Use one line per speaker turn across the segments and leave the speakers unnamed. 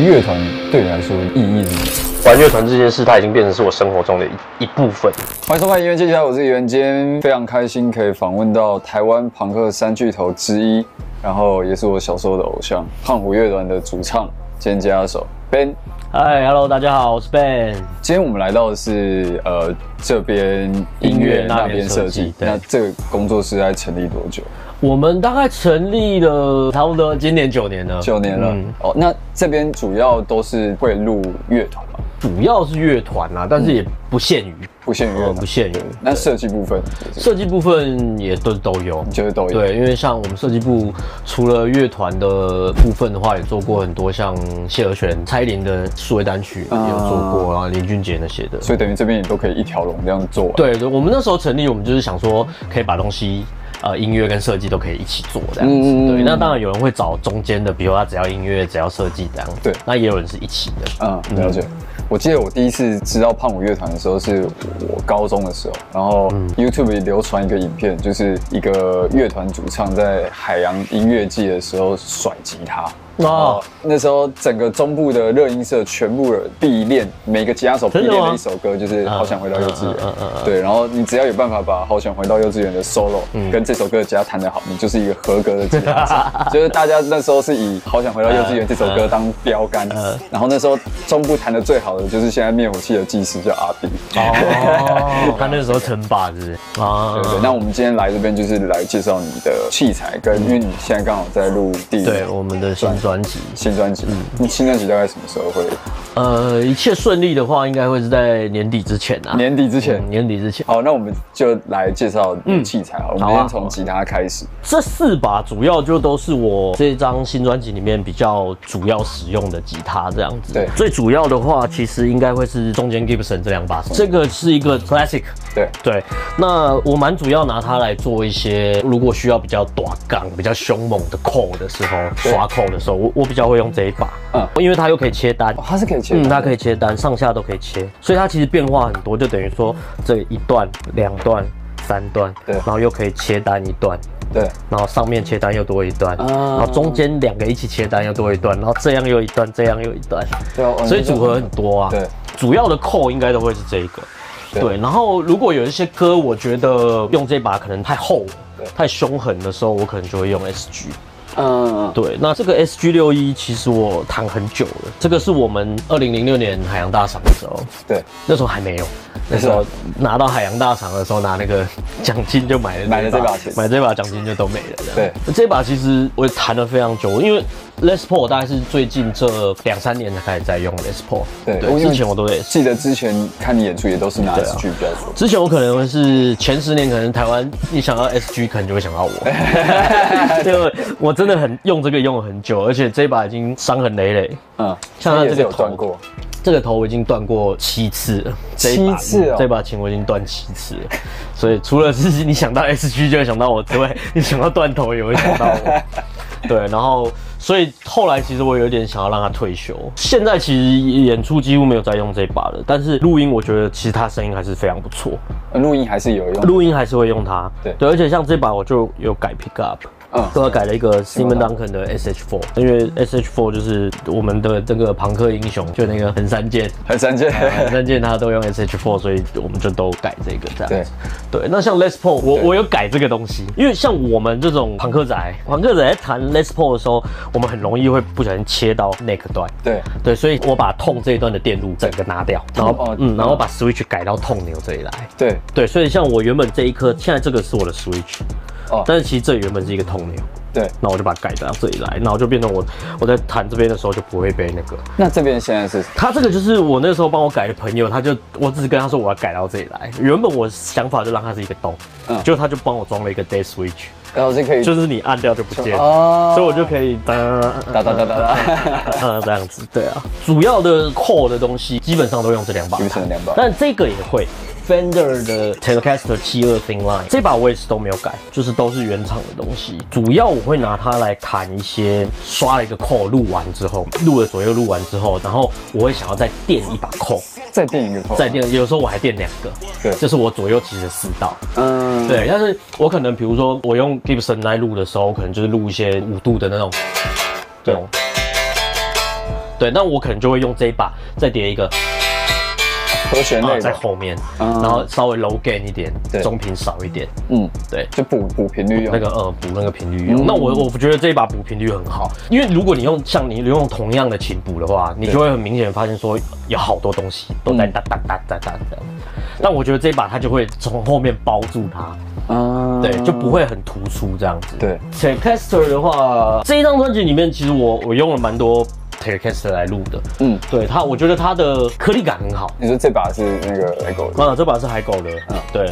乐团对你来说意义是什么？
玩乐团这件事，它已经变成是我生活中的一一部分。
欢迎收看《音乐接下来》，我是袁，今天非常开心可以访问到台湾朋克三巨头之一，然后也是我小时候的偶像胖虎乐团的主唱兼吉他手 Ben。
嗨，Hello，大家好，我是 Ben。
今天我们来到的是呃这边音
音
乐
乐那
那
边
边设
设计
计，
对
那这个工作室在成立多久？
我们大概成立了差不多今年九年了，
九年了、
嗯
哦。那这边主要都是会录乐团吗？
主要是乐团啦，但是也不限于，
不限于乐
呃
团
不。限于
那设计部分就是
设计部分也都都有。
就是都有。
对，因为像我们设计部除了乐团的部分的话，也做过很多像谢和弦、蔡依林的数位单曲也
啊
有做过，然后林俊杰那些的。
所以等于这边也都可以一条龙这样做完。
对对，我们那时候成立，我们就是想说可以把东西。呃，音乐跟设计都可以一起做这样子，
嗯
对。那当然有人会找中间的，比如他只要音乐，只要设计这样。
对
那也有人是一起的。
嗯，了解。我记得我第一次知道胖虎乐团的时候，是我高中的时候，然后 YouTube 里流传一个影片，就是一个乐团主唱在海洋音乐季的时候甩吉他。哦
哦，
那时候整个中部的热音社全部的必练，每个吉他手必
真的
练
吗
的一首歌就是《好想回到幼稚园
嗯嗯嗯嗯》。
对，然后你只要有办法把《好想回到幼稚园》的 solo
嗯
跟这首歌的吉他弹得好，你就是一个合格的吉他 手。就是大家那时候是以《好想回到幼稚园》这首歌当标杆，
嗯
然后那时候中部弹的最好的就是现在灭火器的技师叫阿斌。
哦，他那时候称霸是不是？啊
对对，那我们今天来这边就是来介绍你的器材，跟因为你现在刚好在录第一
对我嗯们的新专辑，
新专辑，你新专辑大概什么时候会？
呃，一切顺利的话，应该会是在年底之前啊。
年底之前
嗯。年底之前，
好，那我们就来介绍你的器材好了。我
好
们
啊
先从吉他开始。
这四把主要就都是我这张新专辑里面比较主要使用的吉他这样子。
对
最主要的话，其实应该会是中间 Gibson 这两把，这个是一个 classic。
对，
对，那我蛮主要拿它来做一些，如果需要比较短杠、比较凶猛的扣的时候，刷扣的时候，我我比较会用这一把，
嗯
嗯，因为它又可以切单
哦，它是可以切的。
嗯，它可以切单，上下都可以切，所以它其实变化很多，就等于说这一段、两段、三段，
对
然后又可以切单一段，
对，
然后上面切单又多一段，
啊
然后中间两个一起切单又多一段，然后这样又一段，这样又一段，
对啊
所以组合很多啊。
对，
主要的扣应该都会是这一个。
对
对，然后如果有一些歌，我觉得用这把可能太厚
对、
太凶狠的时候，我可能就会用 SG。
嗯，
对，那这个 SG 六一其实我弹很久了，这个是我们二零零六年海洋大赏的时候，
对，
那时候还没有，那时候拿到海洋大赏的时候拿那个奖金就买了
买了这把琴
买这把奖金就都没了。这样
对，
这把其实我也弹了非常久，因为 Les Paul 大概是最近这两三年才开始在用 Les Paul。
对
对，之前我都在。
记得之前看你演出也都是拿
对啊
SG 比较多。
之前我可能会是前十年，可能台湾一想到 SG，可能就会想到 我，因为我真的很用这个用了很久，而且这把已经伤痕累累，
嗯，
像它
也
这
是
个
有
头
断过，
这个头我已经断过七次了，这一把
七次哦
这把琴我已经断七次了，所以除了是你想到 S G 就会想到我之外， 你想到断头也会想到 我。对，然后所以后来其实我有点想要让他退休，现在其实演出几乎没有再用这把了，但是录音我觉得其实他声音还是非常不错，
呃录音还是有用。
录音还是会用它。
对
而且像这把我就有改 pick up。
嗯
都要改了一个 Simon Duncan 的 SH4，因为 SH4 就是我们的这个朋克英雄，就那个横山剑，
很三件，
反正见他都用 SH4，所以我们就都改这个这样子。对，那像 Les Paul，我我有改这个东西，因为像我们这种朋克仔，朋克仔在弹 Les Paul 的时候，我们很容易会不小心切到 neck 段。
对，
对，所以我把痛这一段的电路整个拿掉，然
哦
后嗯，然后把 switch 改到痛钮这里来。
对，
对，所以像我原本这一颗，现在这个是我的 switch，
哦
但是其实这原本是一个痛钮，
对。
那我就把它改到这里来，然后就变成我我在弹这边的时候就不会被那个
那这边现在是
他这个就是我那时候帮我改的朋友，他就我只是跟他说我要改到这里来，原本我想法就让它是一个洞，
嗯
结果他就帮我装了一个 day switch，
然后是可以
就是你按掉就不见了，
哦
所以我就可以哒
哒哒哒哒哒，
呃这样子，对啊，主要的 core 的东西基本上都用这两把
基，本上两 把。
但这个也会。Fender 的 Telecaster 七二 Thin Line 这把我也是都没有改，就是都是原厂的东西。主要我会拿它来弹一些刷了一个扣，录完之后，录了左右录完之后，然后我会想要再垫一把扣，
再垫一个扣。
再垫，有时候我还垫两个，
对
就是我左右其实四道，
嗯，
对，但是我可能比如说我用 Gibson 来录的时候，我可能就是录一些五度的那种，这种，对，那我可能就会用这一把再叠一个
和弦
啊
类
在
的，
后面，
嗯
然后稍微 low gain 一点
对，
中频少一点，
嗯，
对。
就补补频率用
那个呃补那个频率用。
嗯
那我我觉得这一把补频率很好，因为如果你用像你用同样的琴补的话，你就会很明显地发现说有好多东西都在
嗯
哒哒哒哒哒这样。但我觉得这一把它就会从后面包住它，
啊
对，就不会很突出这样子。
嗯对
t e c a s t e r 的话，这一张专辑里面其实我我用了蛮多 t e c a s t e r 来录的，
嗯，
对它，我觉得它的颗粒感很好。
你说这把是那个 LEGO 的，
啊，这把是海狗的，嗯，对，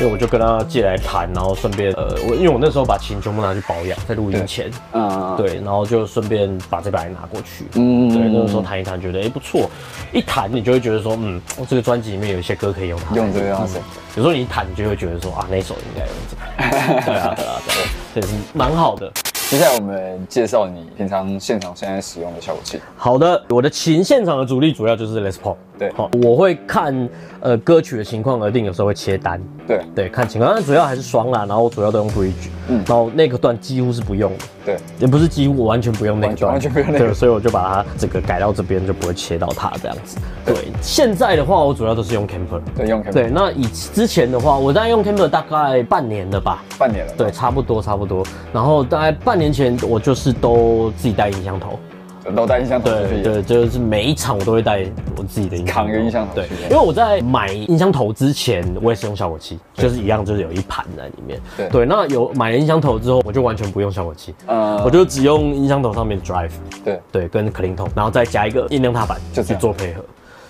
因为我就跟他借来弹，然后顺便呃，我因为我那时候把琴全部拿去保养，在录音前，
嗯，
对，然后就顺便把这把也拿过去，
嗯
嗯，对，那个时候弹一弹，觉得哎、不错，一弹你就会觉得说，嗯，我这个专辑里面有一些歌可以用它，嗯
用这个样子，
有时候你一弹你就会觉得说啊，那首应该用这 个，对啊，对啊，对啊，这也是蛮好的。
接下来我们介绍你平常现场现在使用的效果器，
好的，我的琴现场的主力主要就是 Les Paul，
对
好，我会看呃歌曲的情况而定，有时候会切单，
对
对，看情况，但主要还是双啦，然后我主要都用 bridge，
嗯
然后那个段几乎是不用的，
对，
也不是几乎，我完全不用那个段，
完全不用那个
对，所以我就把它整个改到这边，就不会切到它这样子。对，现在的话我主要都是用 camper，
对，用可
对，
能
那以之前的话，我大概用 camper 大概半年了吧，
半年了，
对，差不多差不多，然后大概半年前我就是都自己带音箱头，
对，都带音箱头
对
去，
对，就是每一场我都会带我自己的音箱头，
扛一个音箱头
对
去，
因为我在买音箱头之前，我也是用效果器，就是一样，就是有一盘在里面。
对
那有买了音箱头之后，我就完全不用效果器，
嗯
我就只用音箱头上面的 drive，
对，
对，跟 clean tone，然后再加一个音量踏板
就这
去
样
做配合，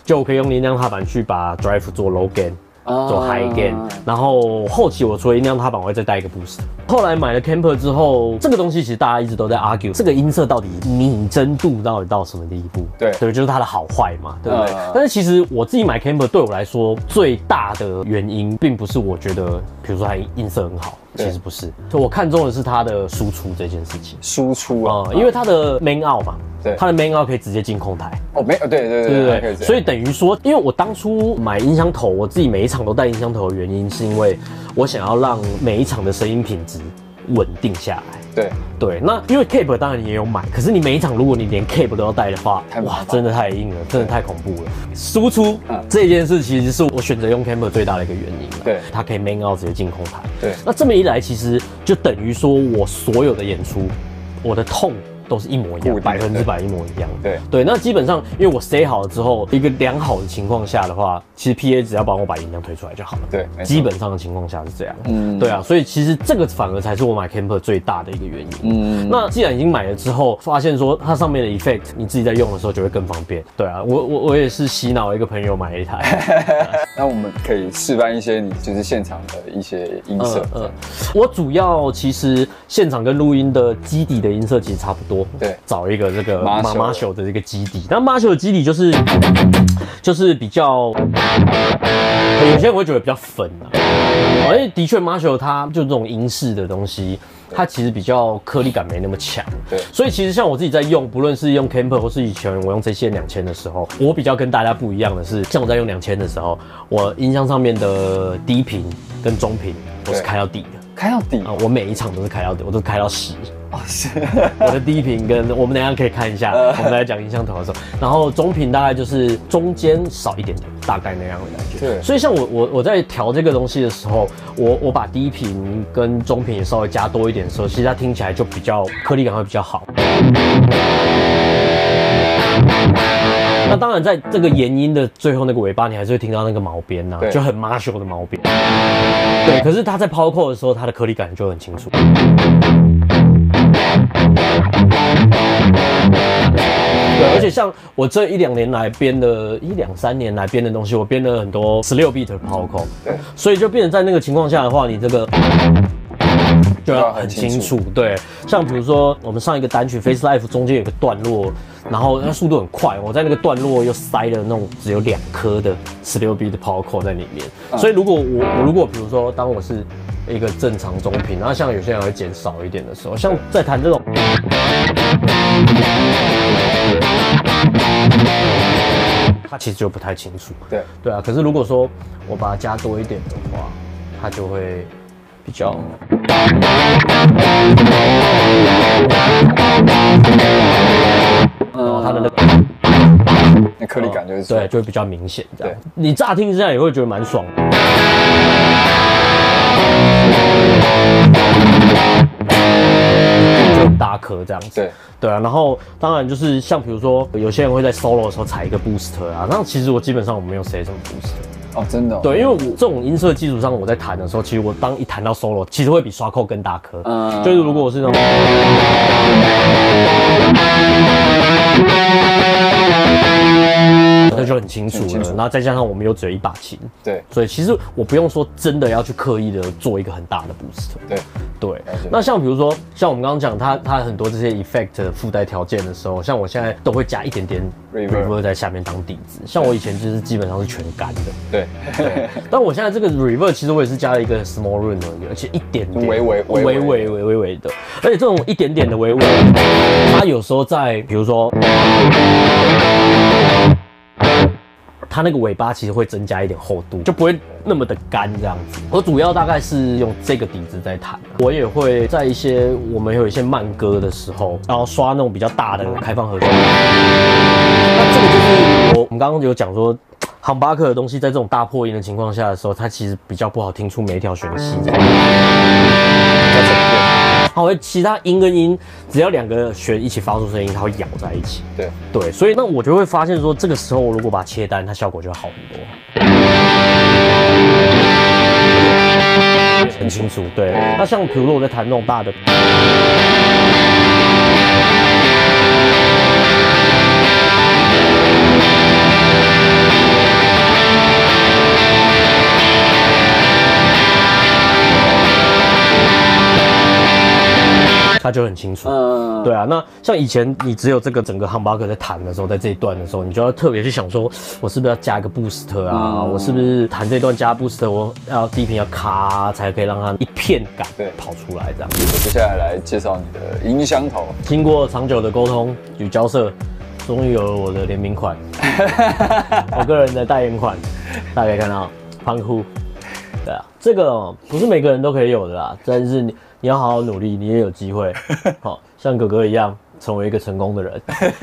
就我可以用音量踏板去把 drive 做 low gain。
啊
做 high gain，、然后后期我除了音量踏板，我会再带一个 boost。后来买了 camper 之后，这个东西其实大家一直都在 argue，这个音色到底拟真度到底到什么地步？
对
对，就是它的好坏嘛，对不对？
嗯
但是其实我自己买 camper 对我来说最大的原因，并不是我觉得，比如说它音色很好，
对
其实不是，就我看中的是它的输出这件事情。
输出啊
啊、，因为它的 main out 嘛，
对
它的 main out 可以直接进控台，
哦没有，对对
对
对可以
对对，
这样
所以等于说，因为我当初买音箱头，我自己每一场都带音箱头的原因，是因为我想要让每一场的声音品质稳定下来。
对，
对，那因为 Cape 当然你也有买，可是你每一场如果你连 Cape 都要带的话
太，麻烦
哇
了，
真的太硬了，真的太恐怖了。输出、
嗯
这件事其实是我选择用 Cape 最大的一个原因了。
对
它可以 main out 直接进控台。
对
那这么一来，其实就等于说我所有的演出，我的痛都是一模
固
一
定
样，
的
百分之百一模一样。
对
对，那基本上因为我 stay 好了之后，一个良好的情况下的话，其实 PA 只要帮我把音量推出来就好了。
对没错
基本上的情况下是这样。
嗯
对啊，所以其实这个反而才是我买 Camper 最大的一个原因。
嗯
那既然已经买了之后，发现说它上面的 effect 你自己在用的时候就会更方便。对啊，我我我也是洗脑一个朋友买了一台，
那我们可以示范一些你就是现场的一些音色，
嗯，我主要其实现场跟录音的基底的音色其实差不多，
对
找一个这个
Marshall
马马秀的这个基底，但马秀的基底就是就是比较，有些人会觉得比较粉啊，而且的确马秀它就这种英式的东西，它其实比较颗粒感没那么强，
对
所以其实像我自己在用，不论是用 Camper 或是以前我用这些两千的时候，我比较跟大家不一样的是，像我在用两千的时候，我音箱上面的低频跟中频我是
对
开到底的
开到底
啊，我每一场都是开到底，我都开到十。
哦是，
我的低频跟我们等一下可以看一下，我们来讲音箱头的时候，然后中频大概就是中间少一点点，大概那样的感觉。
对
所以像我我我在调这个东西的时候，我我把低频跟中频也稍微加多一点的时候，其实它听起来就比较颗粒感会比较好。那当然，在这个延音的最后那个尾巴，你还是会听到那个毛边呐、
对
就很 Marshall 的毛边。对，可是它在抛扣的时候，它的颗粒感就很清楚。对，而且像我这一两年来编的，一两三年来编的东西，我编了很多十六 bit 的抛扣，
对
所以就变成在那个情况下的话，你这 个就要很清楚。对，像比如说我们上一个单曲《Face Life》中间有个段落，然后它速度很快，我在那个段落又塞了那种只有两颗的十六 B 的 power c o 在里面，所以如果我我如果比如说当我是一个正常中频，然后像有些人会减少一点的时候，像在弹这种。它其实就不太清楚，
对，
对啊，可是如果说我把它加多一点的话，它就会比较。
嗯呃
哦，它的那个
那颗粒感就是
哦对，就会比较明显。这样
对，
你乍听之下也会觉得蛮爽的。就很大颗这样子，
对
对啊，然后当然就是像比如说有些人会在 solo 的时候踩一个 booster 啊，那其实我基本上我没有塞什么 booster，
哦，真的哦、
对，因为我这种音色基础上，我在弹的时候，其实我当一弹到 solo，其实会比刷扣更大颗。
嗯
就是如果我是那种，那就很清楚
很清
了。
楚
然后再加上我们又只有一把琴，
对
所以其实我不用说真的要去刻意的做一个很大的 boost。
对
对
解，
那像比如说，像我们刚刚讲，它它很多这些 effect 的附带条件的时候，像我现在都会加一点点
Reverb
reverb 在下面当底子。像我以前就是基本上是全干的，
对，
但我现在这个 reverb 其实我也是加了一个 small room 而已，而且一点点
微微微微
微微微微微的，而且这种一点点的微微，它有时候在比如说，它那个尾巴其实会增加一点厚度，就不会那么的干这样子。我主要大概是用这个底子在弹，我也会在一些我们有一些慢歌的时候，然后刷那种比较大的开放合奏。那这个就是我我们刚刚有讲说，杭巴克的东西在这种大破音的情况下的时候，它其实比较不好听出每一条弦的细节。它会其他音跟音，只要两个弦一起发出声音，它会咬在一起。
对
对，所以那我就会发现说，这个时候如果把它切单，它效果就会好很多。很清楚，对。那像比如说我在弹那种大的，它就很清楚。
嗯，
对啊，那像以前你只有这个整个汉巴克在弹的时候，在这一段的时候，你就要特别去想说，我是不是要加一个 boost 啊？
嗯
我是不是弹这段加 boost，我要低频要咔、才可以让它一片感
对
跑出来这样。
接下来来介绍你的音箱头，
经过长久的沟通与交涉，终于有了我的联名 款，我个人的代言款，大家可以看到，胖虎。对啊，这个哦不是每个人都可以有的啦，但是你你要好好努力，你也有 机会。好、像哥哥一样。成为一个成功的人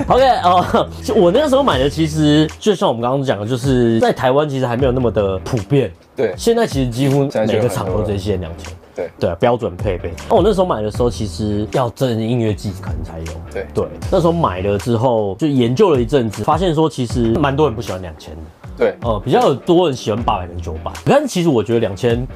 ，OK 哦， 就我那个时候买的，其实就像我们刚刚讲的，就是在台湾其实还没有那么的普遍，
对
现在其实几乎
在就
每
有
个
很
厂
多
都
了
这些两千，
对
对啊，标准配备。那我那时候买的时候，其实要真的音乐季可能才有。
对
对，那时候买了之后，就研究了一阵子，发现说其实蛮多人不喜欢两千的，
对
呃，比较多人喜欢八百跟九百。但是其实我觉得两千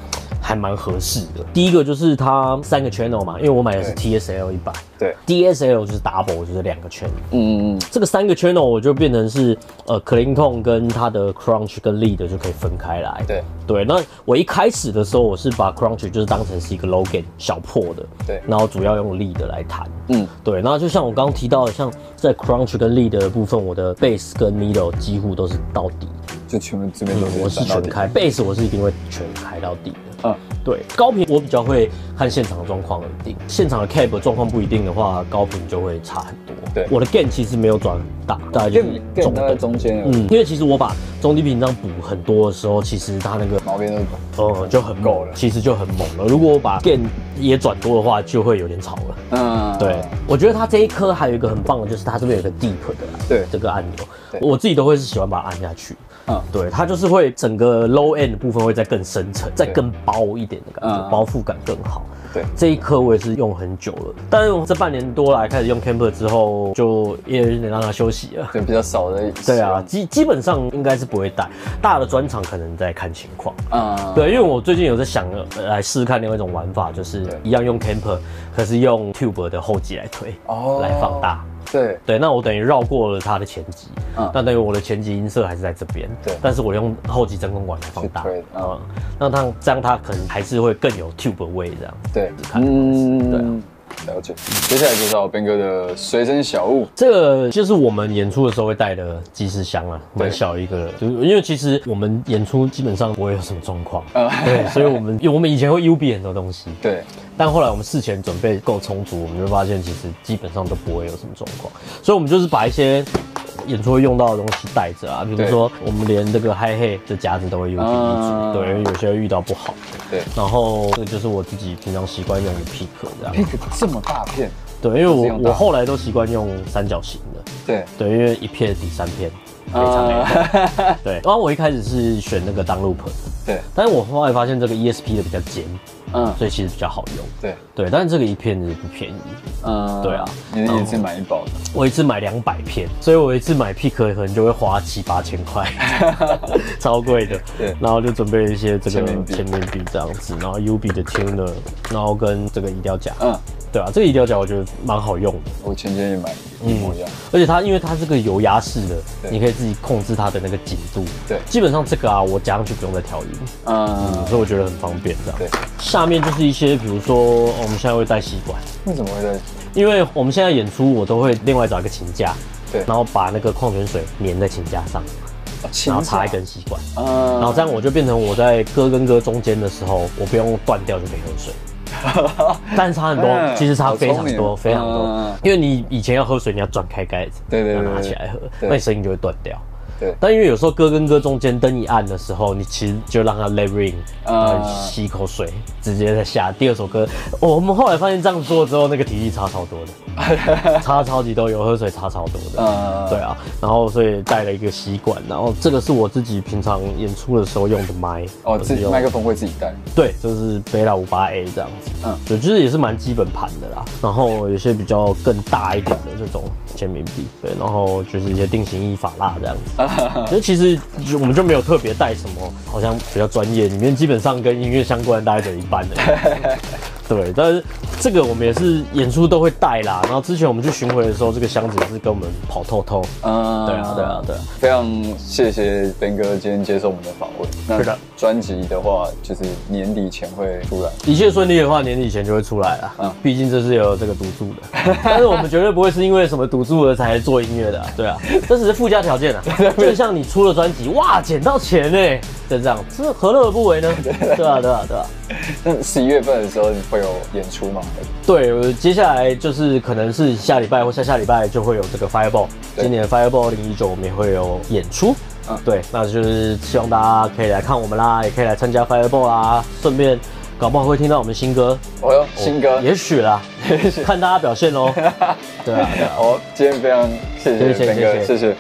还蛮合适的。第一个就是它三个 channel 嘛，因为我买的是 TSL 一百
对，
，DSL 就是 double，就是两个 channel。
嗯嗯嗯，
这个三个 channel 我就变成是呃 clean tone 跟它的 crunch 跟 lead 就可以分开来。
对
对，那我一开始的时候我是把 crunch 就是当成是一个 logan 小破的，
对
然后主要用 lead 来弹。
嗯，
对，那就像我刚刚提到的，像在 crunch 跟 lead 的部分，我的 bass 跟 middle 几乎都是到底，
就全部这边都是
我是
转到
全
底，
开，bass 我是一定会全开到底的。
嗯，
对，高频我比较会看现场的状况而定，现场的 cab 状况不一定的话，高频就会差很多。
对
我的 gain 其实没有转很大，大概就是
电
中
电大在
等。
中间有，
嗯，因为其实我把中低频这样补很多的时候，其实它那个
毛边都是
呃就很
够
猛
了
其实就很猛了。如果我把 gain 也转多的话，就会有点吵了。
嗯，
对，我觉得它这一颗还有一个很棒的，就是它这边有个 deep 的啦
对
这个按钮，
对
我自己都会是喜欢把它按下去。
嗯
对，它就是会整个 low end 的部分会再更深层，再更包一点的感觉，
嗯
包覆感更好。
对
这一颗我也是用很久了，但是我这半年多来开始用 Camper 之后，就也有点让它休息了。
就比较少的，
对啊，，基基本上应该是不会带，大的专场可能再看情况。
嗯，
对，因为我最近有在想呃来试试看另外一种玩法，就是
对
一样用 Camper，可是用 Tube 的后级来推，
哦
来放大。
对，
对，那我等于绕过了它的前级，
嗯
那等于我的前级音色还是在这边，
对
但是我用后级真空管来放大
去推，
嗯，那它这样它可能还是会更有 Tube 的味这样。
对，
看
嗯，
对啊
了解。接下来介绍边哥的随身小物，
这个就是我们演出的时候会带的即时箱啊，
对
蛮小一个的，就是因为其实我们演出基本上不会有什么状况，
呃，
对，所以我们我们以前会 U B 很多东西，
对，
但后来我们事前准备够充足，我们就发现其实基本上都不会有什么状况，所以我们就是把一些演出会用到的东西带着啊，比如
对
说我们连这个嗨嘿的夹子都会用第一
啊
组，对，因为有些会遇到不好的。
对
然后这个就是我自己平常习惯用的 pick 哎这样，
，pick 这么大片，
对，因为
是用
我
大
我后来都习惯用三角形的，
对，
对，因为一片抵三片，非常累。
啊，
对，然后我一开始是选那个当 loop，
对，
但是我后来发现这个 ESP 的比较尖，
嗯，
所以其实比较好用。
对，
对，但是这个一片也不便宜，
嗯，
对啊
你也是买一包的，
我一次买两百片，所以我一次买 pick 可能就会花七八千 块，超贵的。
对
然后就准备一些这
签
个
名笔
签名笔这样子，然后 UB 的 tuner，然后跟这个移调夹，
嗯，
对啊，这个移调夹我觉得蛮好用的，
我前天也买一模一样，
而且它因为它这个油压式的，
对
你可以自己控制它的那个紧度。
对
基本上这个啊，我加上去不用再调音，
嗯，
所以我觉得很方便这样。
对，
下面就是一些，比如说哦我们现在会带吸管，
为什么会在？
因为我们现在演出我都会另外找一个琴架，
对
然后把那个矿泉水粘在琴架上，
哦
然后
琴
插
架
一根吸管，
嗯，
然后这样我就变成我在歌跟歌中间的时候，我不用断掉就可以 喝水。但是差很多，
嗯
其实差非常
好
多，
聪明
非常多
嗯。
因为你以前要喝水，你要转开盖子，
对对对
然后拿
对
起来喝，
对
那你声音就会断掉。
对，
但因为有时候歌跟歌中间灯一暗的时候，你其实就让它 let ring，
啊
呃，吸一口水，直接再下第二首歌。哦我们后来发现这样做之后，那个体力差超多 的，差超级多，有喝水差超多的。
嗯，
对啊，然后所以带了一个吸管，然后这个是我自己平常演出的时候用的麦，
哦，
我
自
是
己
用
麦克风会自己带，
对，就是贝拉五八 A 这样子，
嗯
嗯，对，就是也是蛮基本盘的啦。然后有些比较更大一点的这种签名笔，对，然后就是一些定型一法蜡这样子。所以其实就我们就没有特别带什么，好像比较专业，里面基本上跟音乐相关大概只有一半的。对，但是这个我们也是演出都会带啦。然后之前我们去巡回的时候，这个箱子也是跟我们跑透透。
嗯，
对啊，对啊，对啊。
非常谢谢 Ben 哥今天接受我们的访问。
是
那
的
专辑的话，就是年底前会出来。
一切顺利的话，年底前就会出来了。
嗯
嗯，毕竟这是有这个赌注的， 但是我们绝对不会是因为什么赌注而才做音乐的啊、对啊，这只是附加 条件啊。就像你出了专辑，哇，捡到钱呢、就这样，这何乐而不为呢？对啊，对啊，对啊。
那十一月份的时候会有演出吗？
对，我接下来就是可能是下礼拜或下下礼拜就会有这个 Fireball，
对
今年 Fireball 零一九我们也会有演出。
嗯
对，那就是希望大家可以来看我们啦，也可以来参加 Fireball 啦，顺便搞不好会听到我们新歌。
哦哟，新歌。
也许啦，看大家表现喽。对啊，对啊
哦好，今天非常谢
谢
谢
谢
Ben 哥，
谢谢
谢谢。